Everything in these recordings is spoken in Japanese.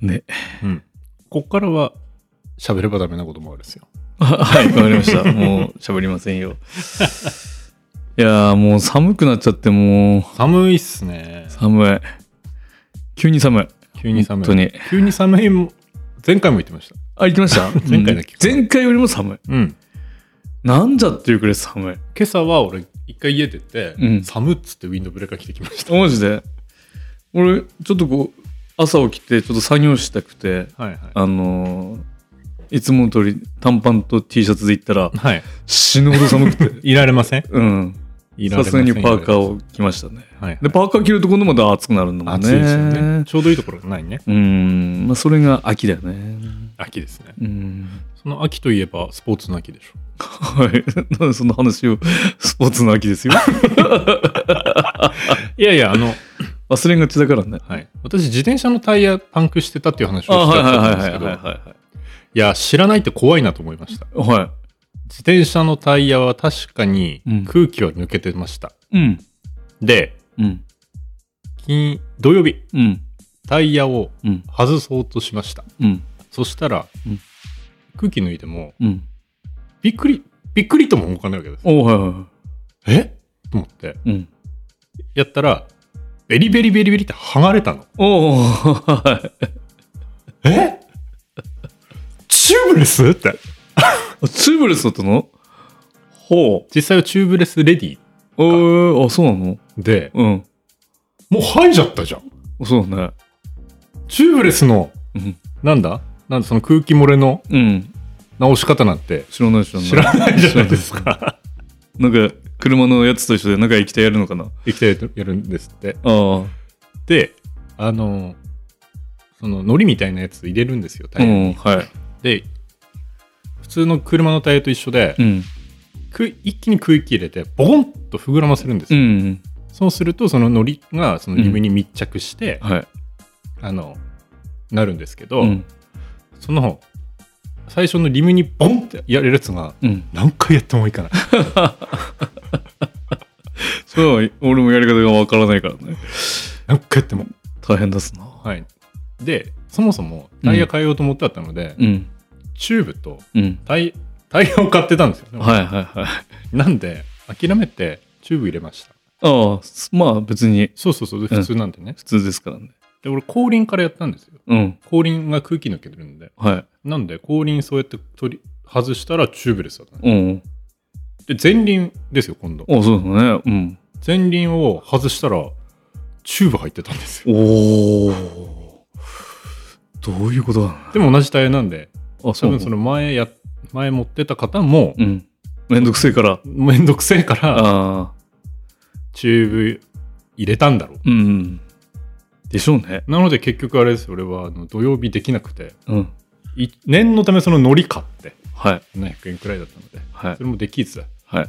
ね。うん。こっからは喋ればダメなこともあるんですよ。 はい、わかりました。もう喋りません よ。いやー、もう寒くなっちゃって、もう寒いっすね。寒い。急に寒い。急に寒い。本当に。急に寒いも、前回も言ってました。あ、行きました 前回だっけうん前回よりも寒い。うん。なんじゃっていうくらい寒い。今朝は俺、一回家出て、うん寒っつってウィンドブレーカー着てきました。マジで。俺、ちょっとこう、朝起きて、ちょっと作業したくて、はいはあのーいつもの通り短パンと T シャツで行ったらい。、はい。死ぬほど寒く て。いられませんうん。いられさますせがんにパーカーを着ましたね。はいで、パーカー着ると今度まだ暑くなるんだもんね。暑いですよね。ちょうどいいところがないね。うん。まあ、それが秋だよね。秋ですね。うん。その秋といえばスポーツの秋でしょ。はい。なんでその話を、スポーツの秋ですよ。いやいや、あの、 忘れがちだからね。はい。私、自転車のタイヤパンクしてたっていう話あ、をはしていはいたはんですけいど、はいいはや、知らないって怖いなと思いました。い。は自転車のタイヤは確かにうん空気は抜けてました。い。うん。で、うん。金、土曜日、うん。タイヤをうん。外そうとしました。うん。そしたら、うん空気抜いても、うん。びっくり、びっくりとも動かないわけです。おはいはえと思って、い。うん。やったら、ベリベリベリベリって剥がれたの。おはい。えチューブレスって。チューブレスだったのほ実際はチューブレスレディう。えー、あ、そうなので、うん。もう入いちゃったじゃん。そうだね。チューブレスの、うん。なんだなんだその空気漏れのうん。直し方なんて知らない知らない。知らないじゃないですか。 なんか、車のやつと一緒で、なんか液体やるのかなあ液体やるんですって。あ。で、あの、その糊みたいなやつ入れるんですよ、タうイヤに。ん、はで、普通の車のタイヤと一緒でい。う、ん。く一気に空気入れて、ボコンと膨らませるんですうよ。ん。そうすると、その糊がそのリムに密着して、はい。あの、なるんですけど、うん。その、最初のリムにボンってやれるやつが、うん。何回やってもい いかない。それは、俺もやり方がわからないからね。何回やっても。大変ですな。はい。で、そもそもタイヤ変えようと思ってあったので、うん。チューブとうん。タイタイヤを買ってたんですよね。はいはいはい。あなんで、諦めてチューブ入れました。あ、まあ別にそうそうそう、普通なんでね。普通ですからね。で、俺、後輪からやったんですよ。うん。後輪が空気抜けてるんで。はなんで、後輪そうやって取り、外したらチューブレスだったねい。うん。で、前輪ですよ、今度。あそうだね。うん。前輪を外したら、チューブ入ってたんですよ。おお。どういうことだでも同じタイヤなんで、あ、多分その前や、前持ってた方も、うん。めんどくせえから。めんどくせえから、ああ。チューブ入れたんだろうう。ん。でしょうね。なので結局あれです、俺はあの土曜日できなくて、うん。い念のためその海苔買って、はい。 700円くらいだったので、はいそ。れもできず、はい。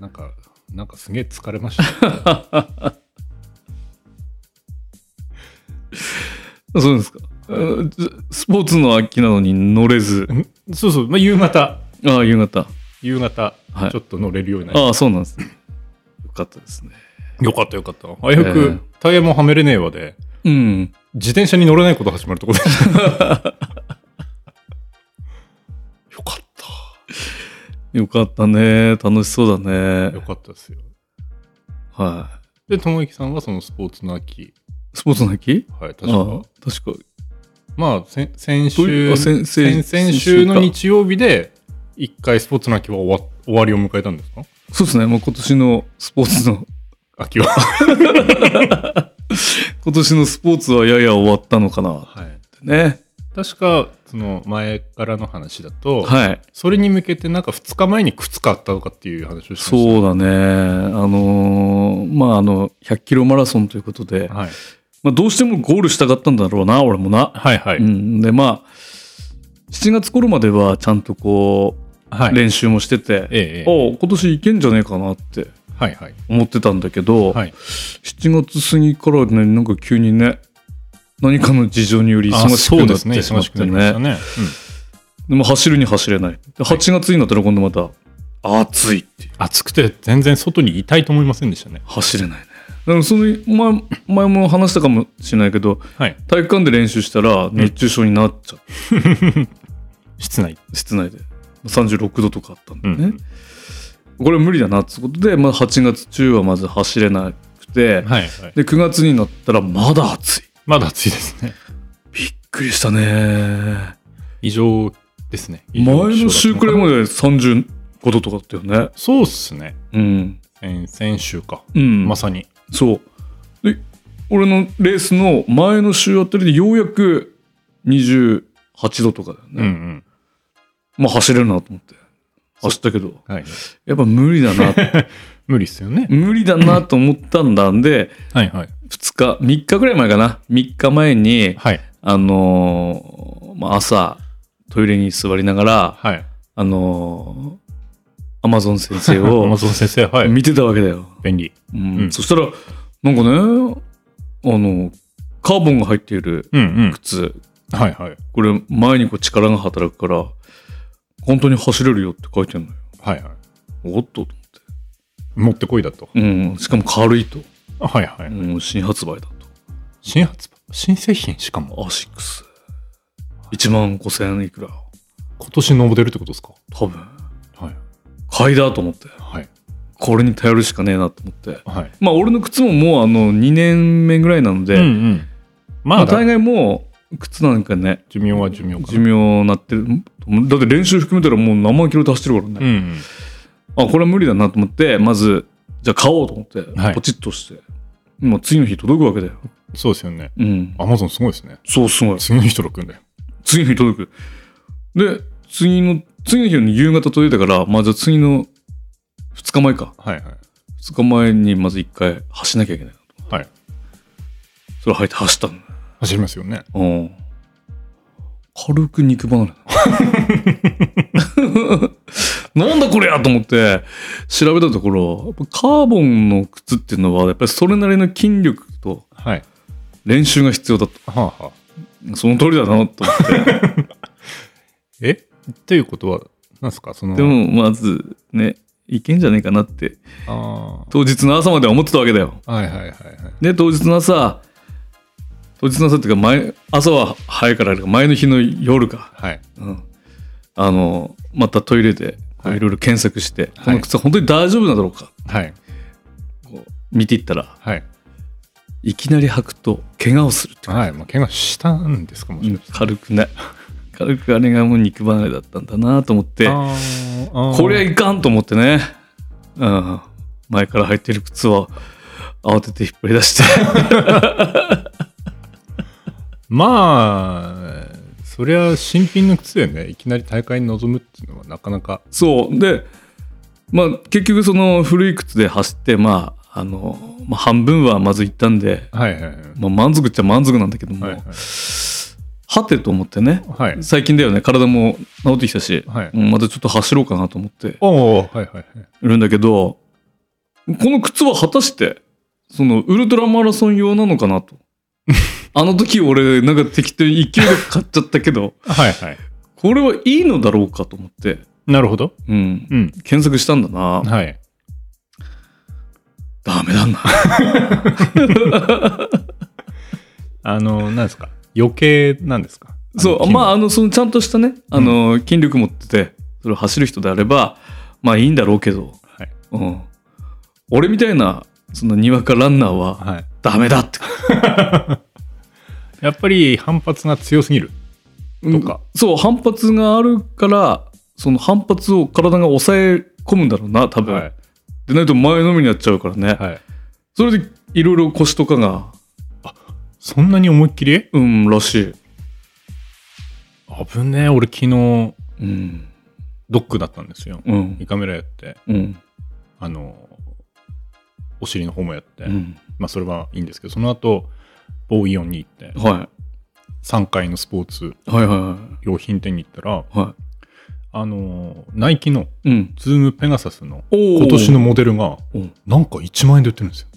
なんか、なんかすげえ疲れました。 そうですか。うんスポーツの秋なのに乗れず。そうそう、まあ、夕方、ああ、夕方。夕方、はいちょっと乗れるようになりああ、そうなんですね。よかったですね。よかったよかった。あやええくタイヤもはめれねえわで、うん。自転車に乗れないこと始まるとこでした。よかっよかったね。楽しそうだた。よね。かったです よ。はで、ともゆきさんがそのスポーツの秋、い。スポーツの秋はい、確あか。あ、確か。まあ、先先どういう週、あ先先先々週の先週か日曜日で、一回スポーツの秋は終わ終わりを迎えたんですかそうですね。まあ、今年のスポーツの、 秋は。今年のスポーツはやや終わったのかなってはい。ね。確か、その前からの話だと、はい。それに向けてなんか2日前に靴買ったとかっていう話をしました。そうだね。あのーまあ、あの、100キロマラソンということで、はい、まあ、どうしてもゴールしたかったんだろうな、俺もな。はいはいうん。で、まあ、7月頃まではちゃんとこはう、練習もしてて、ええおう今年いけんじゃねえかなってはいはい思ってたんだけど、はい7月過ぎからね、なんか急にね、何かの事情により忙しくなってしまってね。でね、うん、も走るに走れない。で8月になったら今度また、暑いっていう。暑くて全然外にいたいと思いませんでしたね走れないね。なんかその前前も話したかもしれないけどはい。体育館で練習したら熱中症になっちゃう、室内。室内で36度とかあったんでね、うんこれ無理だなってことで、まあ、8月中はまず走れなくて、はい、はい。で9月になったらまだ暑いまだ暑いですね。びっくりしたね異常ですね。前の週くらいまで。で35度とかだったよねそうっすね。うん先先週か。うんまさに。そうで俺のレースの前の週あたりでようやく28度とかだようんうね、ん。まあ走れるなと思って走ったけどはい。やっぱ無理だ な無理っすよね。無理だなと思ったんだんではいはい。 2日3日ぐらい前かな3日前にはい。あのーまあ、朝トイレに座りながらはい。あのーアマゾン先生 アマをゾン先生、はい。見てたわけだよ、便利。うんうんそしたらなんかねあのカーボンが入っているうんうん。靴はいはい。これ前にこう力が働くから本当に走れるよって書いてんのよはいはい。おっとと持ってこいだと。思って、うん、しかも軽いと、はいうはい。ん、新発売だ新発売、新製品しかも。とアシックス1万5000円いくら今年のモデルってことですか多分はい。買いだと思ってはい。これに頼るしかねえなと思ってはい。まあ俺の靴ももうあの2年目ぐらいなので、うんうん。ままあ、あ、大だ概もう靴なんかね寿命は寿命かな。寿命なってるだって練習含めたらもう何万キロで走ってるからうね、んあこれは無理だなと思ってまずじゃあ買おうと思って、はいポチッとしてもう次の日届くわけだようん。そうですよね。うんアマゾンすごいですね。そうすごい次の人届くんだよ。次の日届くで次の次の日の夕方届いたからまあじゃあ次の2日前かはいはい。 2日前にまず1回走んなきゃいけないなと思ってはいそれ履いて走ったの走りますよね。うん。軽く肉離れ。なんだこれやと思って調べたところ、やっぱカーボンの靴っていうのは、やっぱりそれなりの筋力とはい。練習が必要だと。はあはあ。その通りだなと。えということは、なんですかその、でも、まずね、いけんじゃねえかなって、あ当日の朝までは思ってたわけだよ。あ。はいはいはいはい。で、当日の朝、当日の朝っていうか前、朝は早いからあれか前の日の夜か。はい。うんあのまたトイレでこはういいろいろ検索して、いこの靴は本当に大丈夫なんだろうか、はい。こう見ていったらはい。いきなり履くと怪我をするって、はい。まあ、怪我したんですかもしうれん軽くね 軽くあれがもう肉離れだったんだなと思ってない。あこりゃいかんと思ってね、うん、前から履いてる靴を慌てて引っ張り出してまあ、そりゃ新品の靴でね、いきなり大会に臨むっていうのはなかなか、 そうでまあ結局その古い靴で走ってまああの、まあ、半分はまず行ったんで、はいはいはい。まあ、満足っちゃ満足なんだけども、はいはてと思ってねはい。最近だよね体も治ってきたし、はい。うんまたちょっと走ろうかなと思っておおはいはいはい。いるんだけどこの靴は果たしてそのウルトラマラソン用なのかな とあの時俺なんか適当に勢いが買っちゃったけどはいはい。これはいいのだろうかと思って、なるほど。うん、うん。検索したんだなはい。ダメ だなあの、なんですか。余計なんですか。そうまあああのそのちゃんとしたねあの筋力持っててそれを走る人であればまあいいんだろうけど、の。うん、俺みたいなそのにわかランナーははい。はい。ダメだってやっぱり反発が強すぎる。とかうんそう反発があるからその反発を体が抑え込むんだろうな多分、はい。でないと前のめりになっちゃうからね、はい。それでいろいろ腰とかがそんなに思いっきりうんらしい、危ねえ。俺昨日、うんドックだったんですよ。うん胃カメラやって、うんあの、お尻の方もやって、うんまあそれはいいんですけど、その後、某イオンに行って、は3階のスポーツいはいはいは用品店に行ったら、いはあの、ナイキのいうんズームペガサスの今今年のモデルがうん、なんか1万円で売ってるんですよ。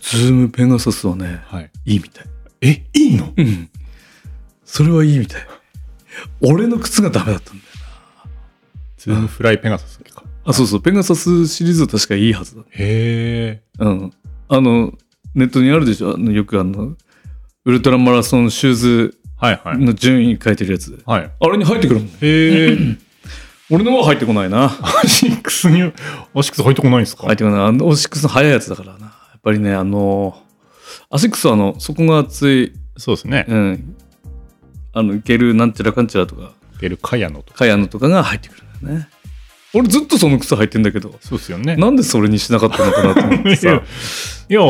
ズームペガサスはねはい。いいみたいえ、いいのうんそれはいいみたい俺の靴がダメだったんだよズームフライペガサスだっけか。あそうそうペガサスシリーズは確かいいはずだへえ。うん。あの、ネットにあるでしょあのよくあの、ウルトラマラソンシューズはいはい。の順位書いてるやつ。はい。あれに入ってくるもん。え ー、俺のは入ってこないな。アシックスに、アシックス入ってこないんですか、入ってこない。あの、オシックスの速いやつだからな。やっぱりね、あの、アシックスはあの、そこが熱い、そうですね。うん。あの、ゲルなんちゃらかんちゃらとか、出るカヤノとか。カヤノとかが入ってくるんだよね。俺ずっとその靴履いてんだけど、そうですよね。なんでそれにしなかったのかなと思っ いてさや。、いや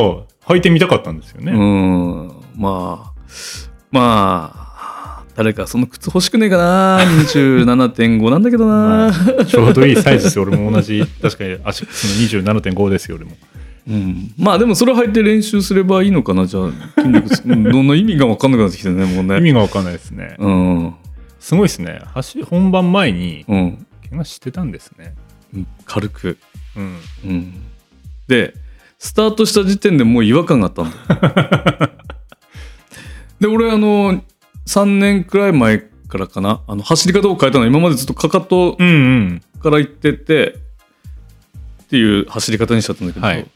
履いてみたかったんですよね。うん。まあ、まあ、誰かその靴欲しくねえかな。27.5なんだけ どな。はいちょうどいいサイズですよ。俺も同じ。確かにアシックスの27.5ですよ、俺も。うん。まあでもそれ履いて練習すればいいのかな。じゃあ、筋 肉つ、うんどんな意味が分かんなくなってきてね、もう意ね。味がわかんないですね。うん。すごいですね。走本番前にうん。怪我してたんですね。軽く。うん。うん。で、スタートした時点でもう違和感があったんだよ。 で、俺、あの、3年くらい前からかな、あの走り方を変えたの。今までずっとかかとうんうん。から行っててっていう走り方にしちゃったんだけど、はい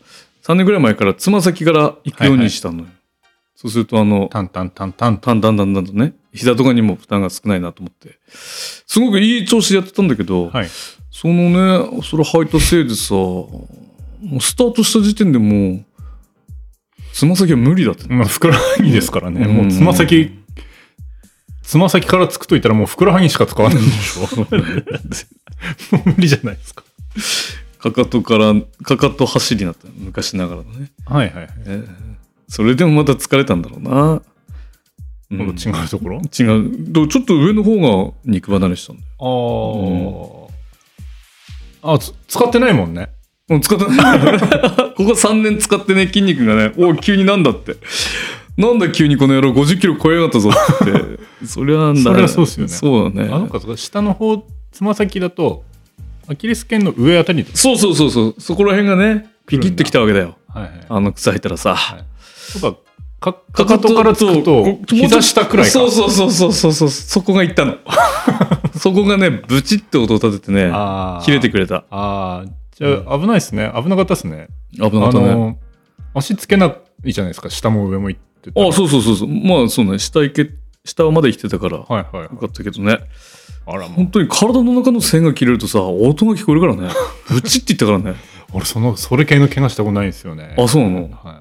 3年ぐらい前からつま先から行くようにしたのよ、そうするとあのタンタンタンタンタン。だんだんだんだんとね膝とかにも負担が少ないなと思ってすごくいい調子でやってたんだけど、はい。そのねそれ履いたせいでさもうスタートした時点でもうつま先は無理だって、まあ、ふくらはぎですからね。もうつまう先ん、つま先からつくといったらもうふくらはぎしか使わないんでしょ。もう無理じゃないですか。かかとからかかと走りになったの昔ながらのね、はいはいはい。ええそれでもまた疲れたんだろうな、うん今度違うところ違うどちょっと上の方が肉離れしたんだよあー、あつ使ってないもんねもう使ってない ここ3年使ってね筋肉がねおい急になんだってなんだ急にこの野郎5 0キロ超えやがったぞってそりゃなんだそりゃそうっすよねそうだあのねか下の方つま先だとアキレス腱の上あたりでそうそうそうそうそこら辺がねピキッてきたわけだよはいはいあの靴履いたらさ、いとかかかかとからつくとこ膝下くらいかそうそうそうそうそうそうそこがいったのそこがねブチって音を立ててねあー切れてくれたあーじゃあ危ないですね危なかったですね危なかったねあの足つけないじゃないですか下も上も行ってたらあそうそうそうそうまあそうね下行け下まで行ってたからよはいはいはいかったけどねあらもう本当に体の中の線が切れるとさ音が聞こえるからね ブチって言ったからね俺そのそれ系の怪我したことないんですよねあそうなのは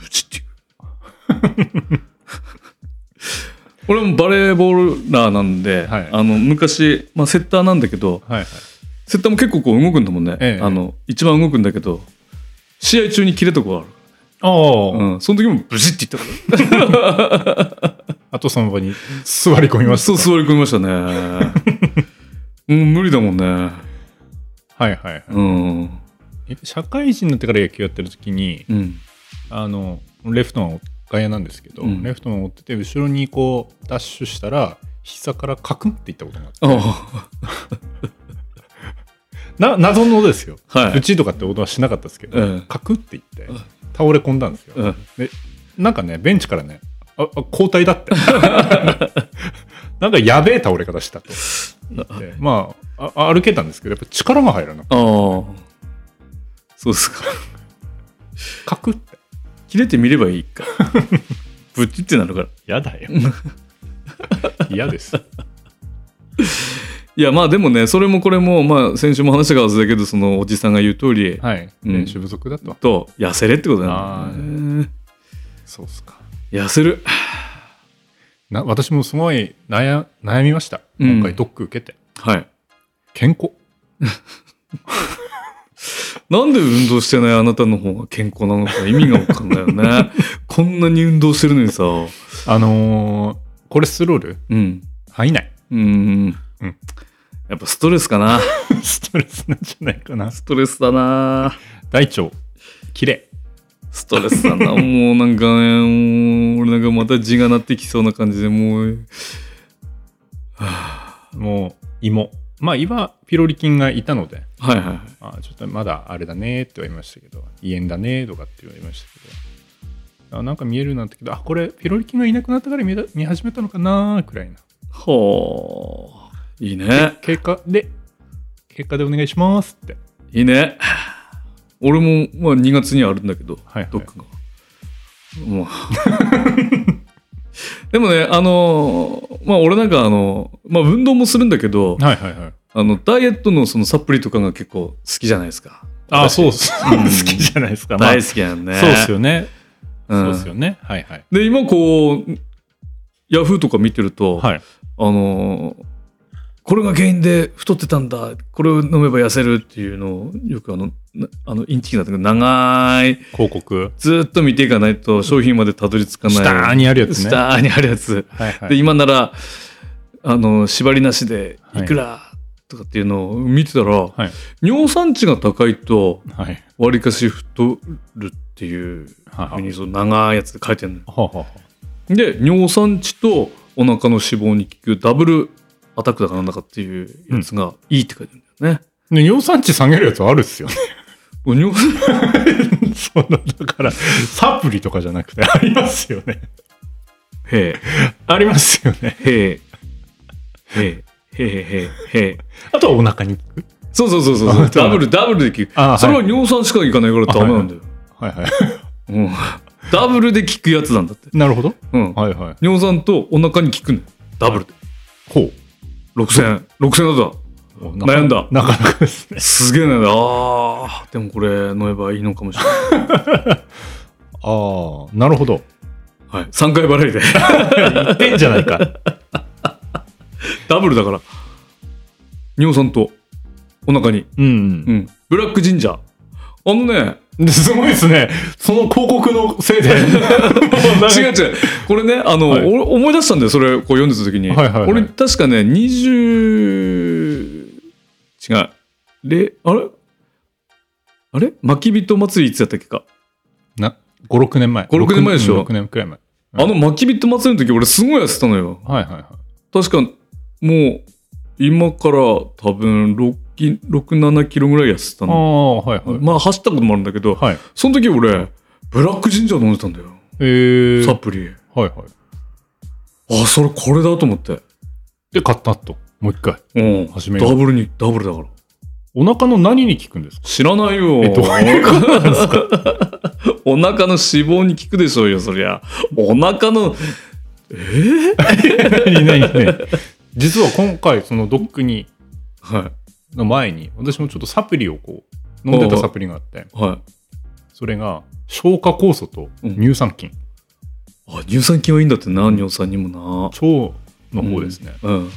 ブチって言う 俺もバレーボーラーなんで、はいあの昔、まあ、セッターなんだけどいはいはいセッターも結構こう動くんだもんね、ええあの一番動くんだけど試合中に切れたことがあある、ーうん、その時もブチって 言ったからあとその場に座り込みましたそう座り込みましたね もう無理だもんねはいはいはいうんえ社会人になってから野球やってる時にうんあのレフトの外野なんですけど、うんレフトの追ってて後ろにこうダッシュしたら膝からカクンっていったことがあってあな謎のですよ、あはうい。ちとかって音はしなかったですけど、うんカクンっていってうん倒れ込んだんですよ、うんなんかねベンチからねああ交代だって なんかやべえ倒れ方したと言ってまああ歩けたんですけどやっぱ力が入らなくてああ。そうですか。 カクって切れてみればいい か。ぶっちってなるから。嫌だよ嫌ですいや、まあでもね、それもこれも、まあ先週も話したはずだけど、そのおじさんが言う通り、はい、うん練習不足だとと、痩せれってことなんだね。そうっすか痩せる。な私もすごい悩悩みましたうん今回ドック受けて、はい。健康なんで運動してないあなたの方が健康なのか意味がわかんないよ ね。こんなに運動してるのにさ。うあのーコレステロールん。入んないうん。うんやっぱストレスかな。ストレスなんじゃないかなストレスだな。大腸きれストレスだな。もうなんかね、もう俺なんかまた字が鳴ってきそうな感じで、もう。いもう芋まあ胃はピロリ菌がいたのではいはいはい。あーちょっとまだあれだねっては言いましたけど胃炎だねとかって言われましたけどあなんか見えるようになったけどあこれピロリ菌がいなくなったから見えた見始めたのかなーくらいなほう。いいね。経過で結果でお願いしますっていいね。俺も、まあ2月にはあるんだけど、はいはいドックが。もう でもねあのまあ俺なんかあの、まあ、運動もするんだけどはいはいはい。あのダイエットのそのサプリとかが結構好きじゃないですかあ、そううっす。ん好きじゃないですか。まあ大好きやんね、そうっすよね。うんそうっすよね。はいはい。で今こうヤフーとか見てると、はい。あのーこれが原因で太ってたんだこれを飲めば痩せるっていうのをよくあのなあのインチキなんだけど長い広告。ずっと見ていかないと商品までたどり着かない下にあるやつね。は下にあるやつ、いはでい。今ならあの縛りなしでいくらとかっていうのを見てたら、はい尿酸値が高いとはい。わりかし太るっていうはふいうにその長いやつで書いてるのよはははで尿酸値とお腹の脂肪に効くダブルアタックだかなんだかっていうやつがいいって書いてあるんだよね。で尿酸値下げるやつあるっすよね。 お尿酸そのだから、サプリとかじゃなくて、ありますよね。へありますよね。えへえへえへえへえへえ あとはお腹に効く。そうそうそうそうあそうダなんだブルダブルで効あはくいそれは尿酸しかいかないからダメなんだよ、はいはい。うん、ダブルで効くやつなんだって、なるほど。うん、はいはい。尿酸とお腹に効くのダブルでほう。 6000 6000だと悩悩んだなかなかです ね。すげえなんだあーでもこれ飲めばいいのかもしれない、ああ、なるほど。はい、3回払いで言ってんじゃないか。ダブルだから尿酸とお腹に うんう。んブラックジンジャーあのねすごいですね。その広告のせいで。違う違うこれねあの、はい俺思い出したんだよそれこう読んでた時に、はいはいはい俺確かね20違うれあれあれ巻き人祭りいつやったっけか、な、5、6年前。 5 6年前でしょうん6年くらい前。うんあの巻き人祭りの時俺すごい痩せたのよはいはいはい。確かもう今から多分67キロぐらい痩せてたあのあ、はいはい。まあ走ったこともあるんだけどはい。その時俺ブラックジンジャー飲んでたんだよえサー、プリはいはい。あそれこれだと思ってで、買ったと。もう一回。うん始めようダブルにダブルだからお腹の何に効くんですか知らないよ。えどういうことなんですか お腹の脂肪に効くでしょうよ、そりゃ。お腹の、 何何何実は今回、そのドックに、はの前に、私もちょっとサプリをこう、飲んでたサプリがあって、い。はい。それが、消化酵素と乳酸菌。あ、乳酸菌はいいんだってな、尿酸にも腸の方ですね。な。うん。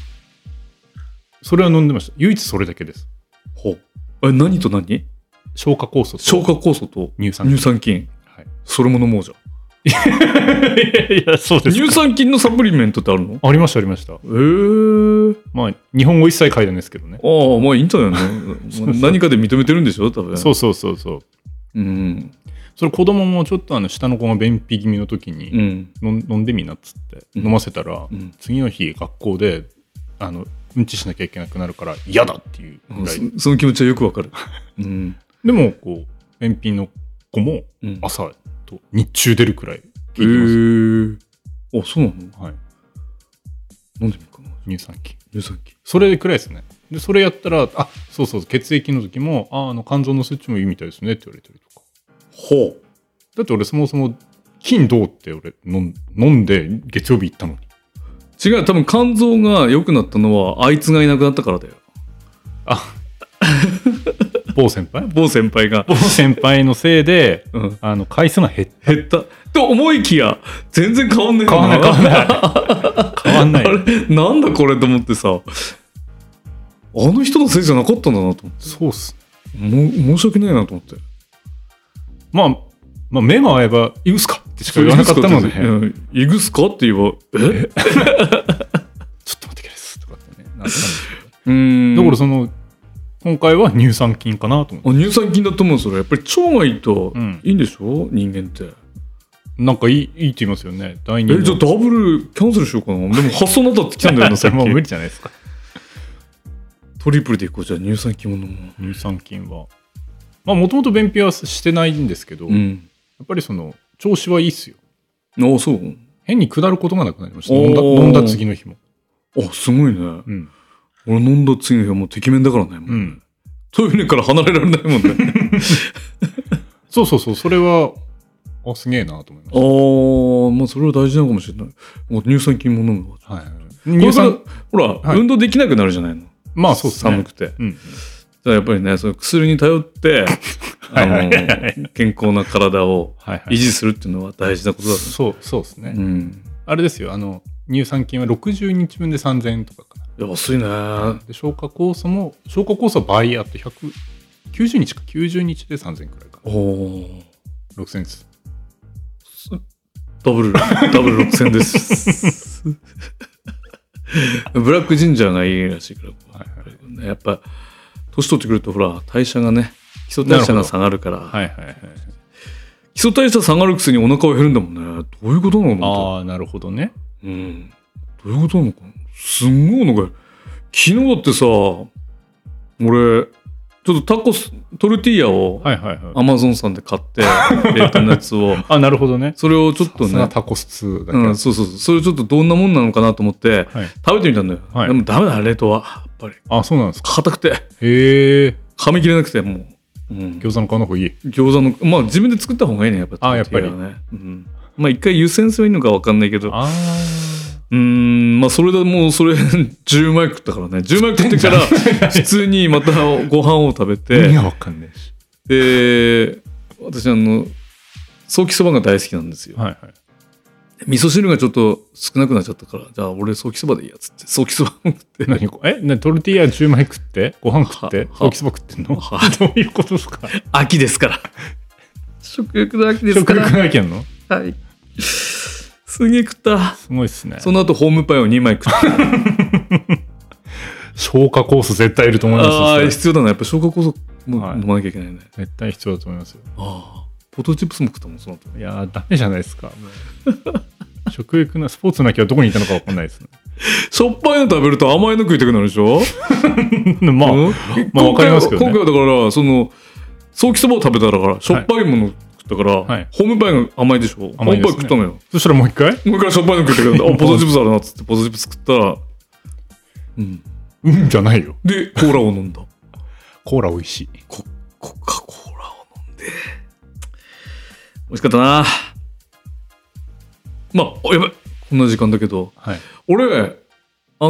それは飲んでました。唯一それだけです。ほう。え、何と何消化酵素と消化酵素と乳酸菌乳。酸菌。はいそれも飲もうじゃん。 いや、そう乳酸菌のサプリメントってあるのありました、ありました。えー、まあ、日本語一切書いてないですけどね。ああ、まあいいんじゃないのそ うそう何かで認めてるんでしょ多分。そうそうそうそう。う。うん。それ子供もちょっとあの下の子が便秘気味の時うにん。飲ん,、飲んでみなっつってうん飲ませたら、うん次の日学校であのうんちしなきゃいけなくなるから嫌だっていうぐらい、そその気持ちはよくわか る。うん。でもこう便秘の子もうん朝と日中出るくらい効いえてます、ー、あ、そうなのはい、飲んでみるかな乳酸菌乳酸菌。それくらいですねでそれやったらあそうそう血液の時もああの肝臓の数値もいいみたいですねって言われたりとかほう。だって俺そもそも金銅って俺飲ん飲んで月曜日行ったのに違う、多分肝臓が良くなったのは、あいつがいなくなったからだよ。某先輩某先輩が。某先輩のせいでうん。あの回数が減っ減った。と思いきや、全然変わんねえ変わんない変わんい。ない変わんなあいれ、なんだこれと思ってさ、あの人のせいじゃなかったんだなと思そうっすって。も申し訳ないなと思って。まあまあ目が合えば「いぐすか」ってしか言わなかったので、ねうんいぐすかって言えば、えちょっと待ってくださいとかってねなったんですけうーん。どだからその今回は乳酸菌かなと思ってあ乳酸菌だと思うそれ。やっぱり腸がいいとうん、いいんでしょ、人間って。なんかいいいいって言いますよね第二え、じゃあダブルキャンセルしようかな。でも発想になったって来たんだよな、さっもうき。無理 じゃないですかトリプルでいこうじゃあ乳酸菌も飲もう。乳酸菌はまあもともと便秘はしてないんですけど、うやん。っぱりその調子はいいっすよああ、そう。変に下ることがなくなりましたおー飲んだ飲んだ次の日もあ、すごいね。うん、俺飲んだ次の日はもうてきめんだからね。もううん、 トイレから離れられないもんね。そうそうそうそれはあすげえなと思いあー、ままあ、それは大事なのかもしれない。もう乳酸菌も飲むわ。す。はい、これ乳か酸らほら、はい運動できなくなるじゃないの。まあそうですね。寒くて。うん、じゃあやっぱりね、その薬に頼って、 はいはいはいはあの健康な体をはいは維い。持するっていうのは大事なことだとそうそうですね、思う。うん。あれですよあの乳酸菌は60日分で3000円とかかいや安いね。な。で消化酵素も消化酵素は倍あって190日か90日で3000円くらいか。おお。 6000円です。ダブル、ダブル6000です。ブラックジンジャーがいいらしいから。はいはいねやっぱ年取ってくるとほら代謝がね基礎代謝が下がるからはいはいはい。基礎代謝下がるくせにお腹は減るんだもんねどういうことなのああなるほどね。と、うん、どういうことなのかなすんごいのが昨日だってさ俺ちょっとタコストルティーヤをはいはいはい。アマゾンさんで買 って冷凍のやつをあなるほどね。それをちょっとさすがねタコス2だけ、うん、そうそうそうそれちょっとどんなもんなのかなと思ってはい。食べてみたんだよ、はいでもダメだ冷凍はやっぱりあそうなんですか。硬くてへえ。噛み切れなくてもう、うん、餃子の皮の方がいい。餃子のまあ自分で作った方がいいねやっぱあやっぱりトルティーヤはね、うん、まあ一回湯煎するのか分かんないけどうあーんまあそれでもうそれ 10枚食ったからね10枚食ってから普通にまたご飯を食べあ。意味てがわかんないし。で私あのソーキそばが大好きなんですよはいはい。味噌汁がちょっと少なくなっちゃったからじゃあ俺ソーキそばでいいやっつってソーキそばを食って何こえなトルティーヤ10枚食ってご飯食ってははソーキそば食ってんのどはういうことですか秋ですから食欲の秋です食か欲らないけんのはいすげえ食ったすごいっすねその後ホームパイを2枚食った消化酵素絶対いると思いああーますよ必要だなやっぱ消化酵素もはい飲まなきゃいけないね、それ絶対必要だと思いますよああポテトチップスも食ったもんその後いやーダメじゃないですか もう食欲なスポーツなきゃどこにいたのかわかんないですねしょっぱいの食べると甘いの食いたくなるでしょ まあ、うんまあわかりますけど今回は今ね回はだからそのソーキそばを食べたからしょっぱいもの食ったから、はいホームパイが甘いでしょ、ホ甘ーいムでパイすね食ったのよそしたらもう一回もう一回しょっぱいの食いたくなるあポテトチップスあるなっつってポテトチップス食ったら、うん、うんじゃないよでコーラを飲んだコーラ美味しいココカ・コーラを飲んで美味しかったなまああやばいこんな時間だけどはい俺あの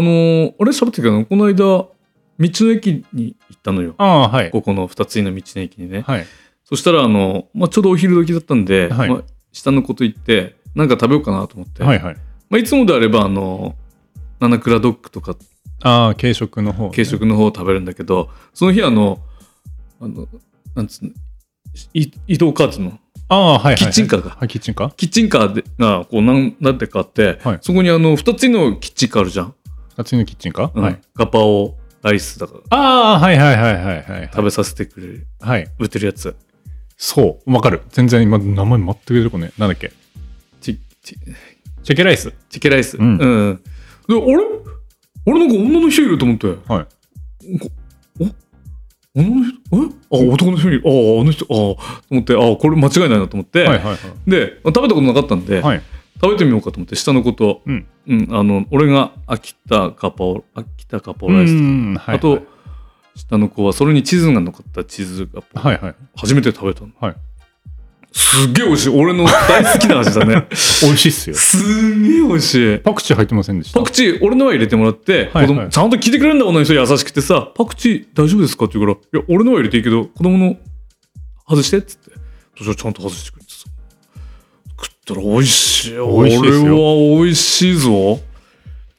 ーあれ喋ってたけどこの間道の駅に行ったのよああはいここの二つ井の道の駅にねはいそしたらあの、まあ、ちょうどお昼時だったんで、はいまあ、下のこと行ってなんか食べようかなと思って、はいはいまあ、いつもであればあの七倉ドッグとかああ軽食の方ね、軽食の方を食べるんだけど、その日あのあのなんつうのい移動カーツのああはいはいキッチンカーがはいキッチンカーキッチンカーでがこうなんなんてかあって、はいそこにあの二つのキッチンカーあるじゃん、二つのキッチンカー、うんはいガパオライスだからああはいはいはいはいはい食べさせてくれるはい売ってるやつそうわかる全然今名前全く出てこないなんだっけチチチェケライスチケライスう、うんんであれあれなんか女の人いると思ってはい女の人えあ男の人いるあああの人ああと思ってああこれ間違いないなと思って、はいはいでまあ食べたことなかったんで、はいはい食べてみようかと思って下の子と、うんあの俺が秋田カパオ秋田カパオうライスと、んはいはいあと下の子はそれに地図が乗っかった地図がはいはい初めて食べたの、はいすっげえ美味しい俺の大好きな味だ ね美味しいっすよすんげえ美味しいパクチー入ってませんでしたパクチー俺のは入れてもらって、はいはい子供ちゃんと聞いてくれるんだ女の人優しくてさ「パクチー大丈夫ですか?」って言うから「いや俺のは入れていいけど子供の外して」っつってそしたらちゃんと外してくれてさ食ったら美味しい美味しいですよ俺は美味しいぞ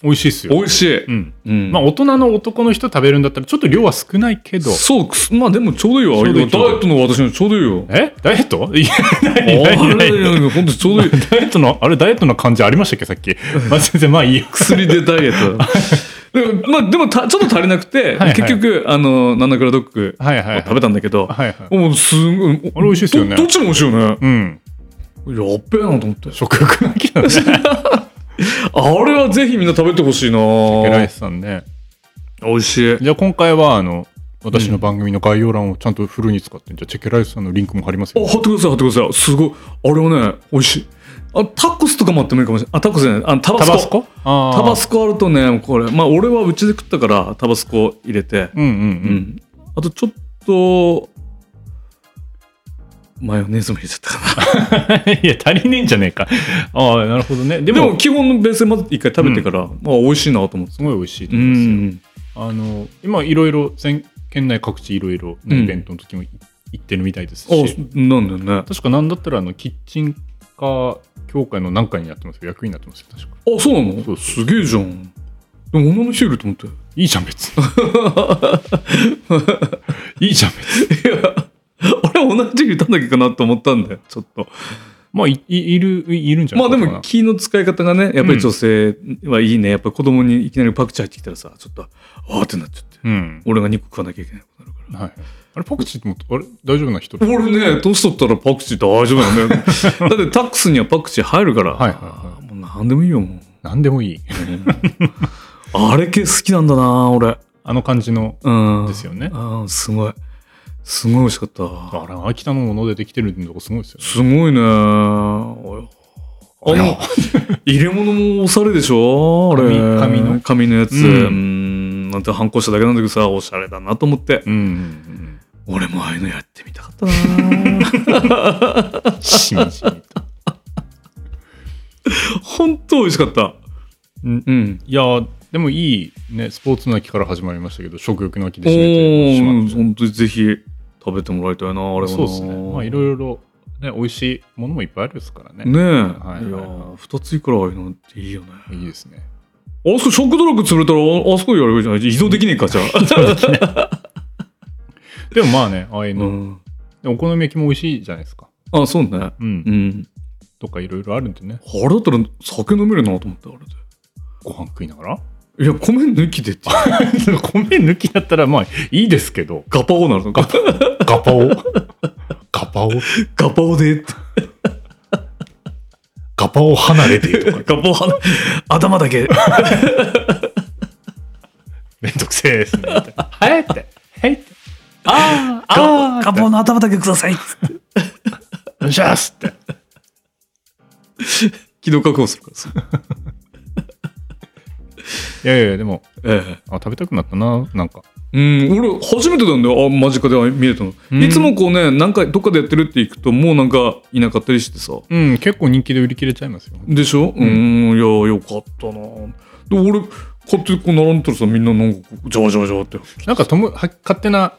美味しいっすよ美味しい、うんうんまあ大人の男の人食べるんだったらちょっと量は少ないけどそうくすまあでもちょうどいいわちょうどいいダイエットの私のちょうどいい よえダイエットいやあれ本当ちょうどいいダイエットのあれダイエットの感じありましたっけさっきまあ先生まあいいよ薬でダイエッ トでもまあでもたちょっと足りなくてはいはい結局あの七倉ドッグはいはいはをい食べたんだけど、はいはいもうすんごいあれ美味しいっすよねどどっちも美味しいよねやっうんべえなと思って食欲なきゃねチェあれはぜひみんな食べてほしいなケライスさん ね美味しいじゃあ今回はあの私の番組の概要欄をちゃんとフルに使って、じゃあチェケライスさんのリンクも貼りますあよ。貼ってください貼ってくださいすごいあれはね美味しいあタコスとかもあってもいいかもしれないあタコスじゃないあのタバスココあータバスコあるとねこれまあ俺はうちで食ったからタバスコ入れてうんうんうう。んんあとちょっとマヨネーズも入れちゃったかな。 いや、足りねえんじゃねえか。ああ、なるほどね。ででも、も基本のベースでまず一回食べてから、まあ美味しいなと思って。すごい美味しいうと思いますよ。ん。あの、今、いろいろ、全県内各地いろいろ、うんイベントの時もい行ってるみたいですあし、なんだよね。確かなんだったら、あの、キッチンカー協会の何かになってますよ。役員になってますよ、確か。あ、そうなのそうすげえじゃん。でも女の人いると思 って。いいじゃん、別に。いいじゃん、別に。いや、あれ同じ時期いたんだっけかなと思ったんだよ、ちょっと。まあ、いいいる、いるんじゃなまあいでかな。も気の使い方がね、やっぱり女性はいいね。やっぱり子供にいきなりパクチー入ってきたらさ、ちょっと、あーってなっちゃって。うん。俺が肉食わなきゃいけないことになるから。はい。あれ、パクチーっても、あれ、大丈夫な人だ俺ね、年取ったらパクチー大丈夫なん だよね。だってタックスにはパクチー入るから。はいはいはもう何でもいいよ、もう。 何でもいい。あれ系好きなんだな、俺。あの感じの、うん。ですよねうん、すごい。すごい美味しかった。あれ、秋田のものでできてるのがすごいですよね。すごいね。おいああのの、入れ物もおしゃれでしょあれ。紙紙の紙のやつ。ううんん。なんて反抗しただけなんだけどさ、おしゃれだなと思って。うんうん俺もああいうのやってみたかった な。う ん。しみじみと。本当美味しかった。うんうん。いやーでもいいねスポーツの秋から始まりましたけど食欲の秋でお締めてしまー、って本当にぜひ食べてもらいたいな、あれはな。そうですねまあいいろいろね美味しいものもいっぱいあるですからねねえ。はいいやー、二ついくらああいうのっていいよね。いいですねあそこ、ショックドラッグ潰れたら、ああそこやればいいじゃない移動できねえか、じゃ あ。でもまあねああいううの、ん。でお好み焼きも美味しいじゃないですかあ、そうね。うん、うん。とかいろいろあるんでねあれだったら酒飲めるなと思って、あれご飯食いながらで。いや、米抜きでって。 米抜きだったらまあいいですけどガパオなのガガパ オガパオガパオでって。ガパオ離れてとかガパオは、頭だけ。 めんどくせえですねみたいなはいってはいってああーガパオの頭だけくださいっつって。よっしゃーっつって軌道確保するからさ。いやいやいやでもええ。あ食べたくなったななんかうん、俺初めてなんだよあ間近で見れたの、うんいつもこうね何回どっかでやってるって行くともうなんかいなかったりしてさうん、結構人気で売り切れちゃいますよ。でしょうんんいやよかったなで俺買ってこう並んでたらさみんななんかこうジャワジャワジャワってなんかともは勝手な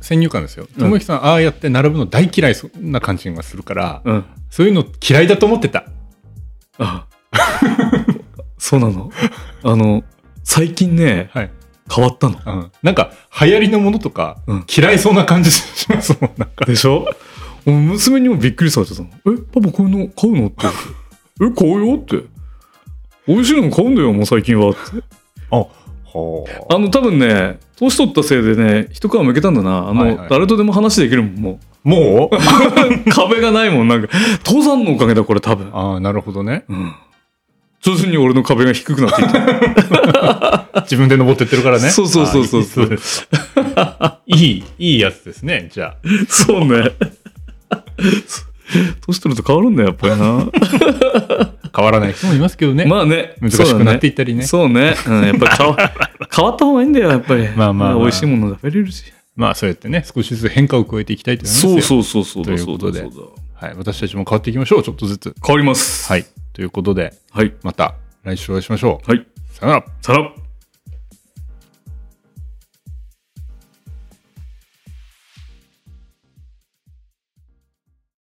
先入観ですよ。うんともひさん、ああやって並ぶの大嫌いそな感じがするから、うんそういうの嫌いだと思ってた。あ そうなのあの最近ねはい。変わったのうん、なんか、流行りのものとか、うん嫌いそうな感じしますもん。なんか、でしょもう娘にもびっくりされてたの「えパパこういうの買うの?」って「え買うよ」って「美味しいの買うんだよもう最近は」ってほう。あの多分ね年取ったせいでね一皮むけたんだなあの、はいはい誰とでも話できるもんももうう壁がないもんなんか登山のおかげだこれ多分 ああ、なるほどね。うん徐々に俺の壁が低くなっていった自分で登ってってるからね。 そうそうそうそうそうああいいですかいい、 いいやつですね、じゃあ。 そうね 年取ると変わるんだよやっぱり な変わらない人もいますけどね。まあね難しくなっていったりね。そうだねそうね、うん、やっぱり 変わ変わった方がいいんだよやっぱりまあまあまあ美味しいもの食べれるしまあ、そうやってね、少しずつ変化を加えていきたいと思いますよ。そうそうそうそうとだいうそこうだとでそうだはい、私たちも変わっていきましょう、ちょっとずつ。変わりますはい、ということで、はいまた来週お会いしましょ。はいうさよなら。さらっ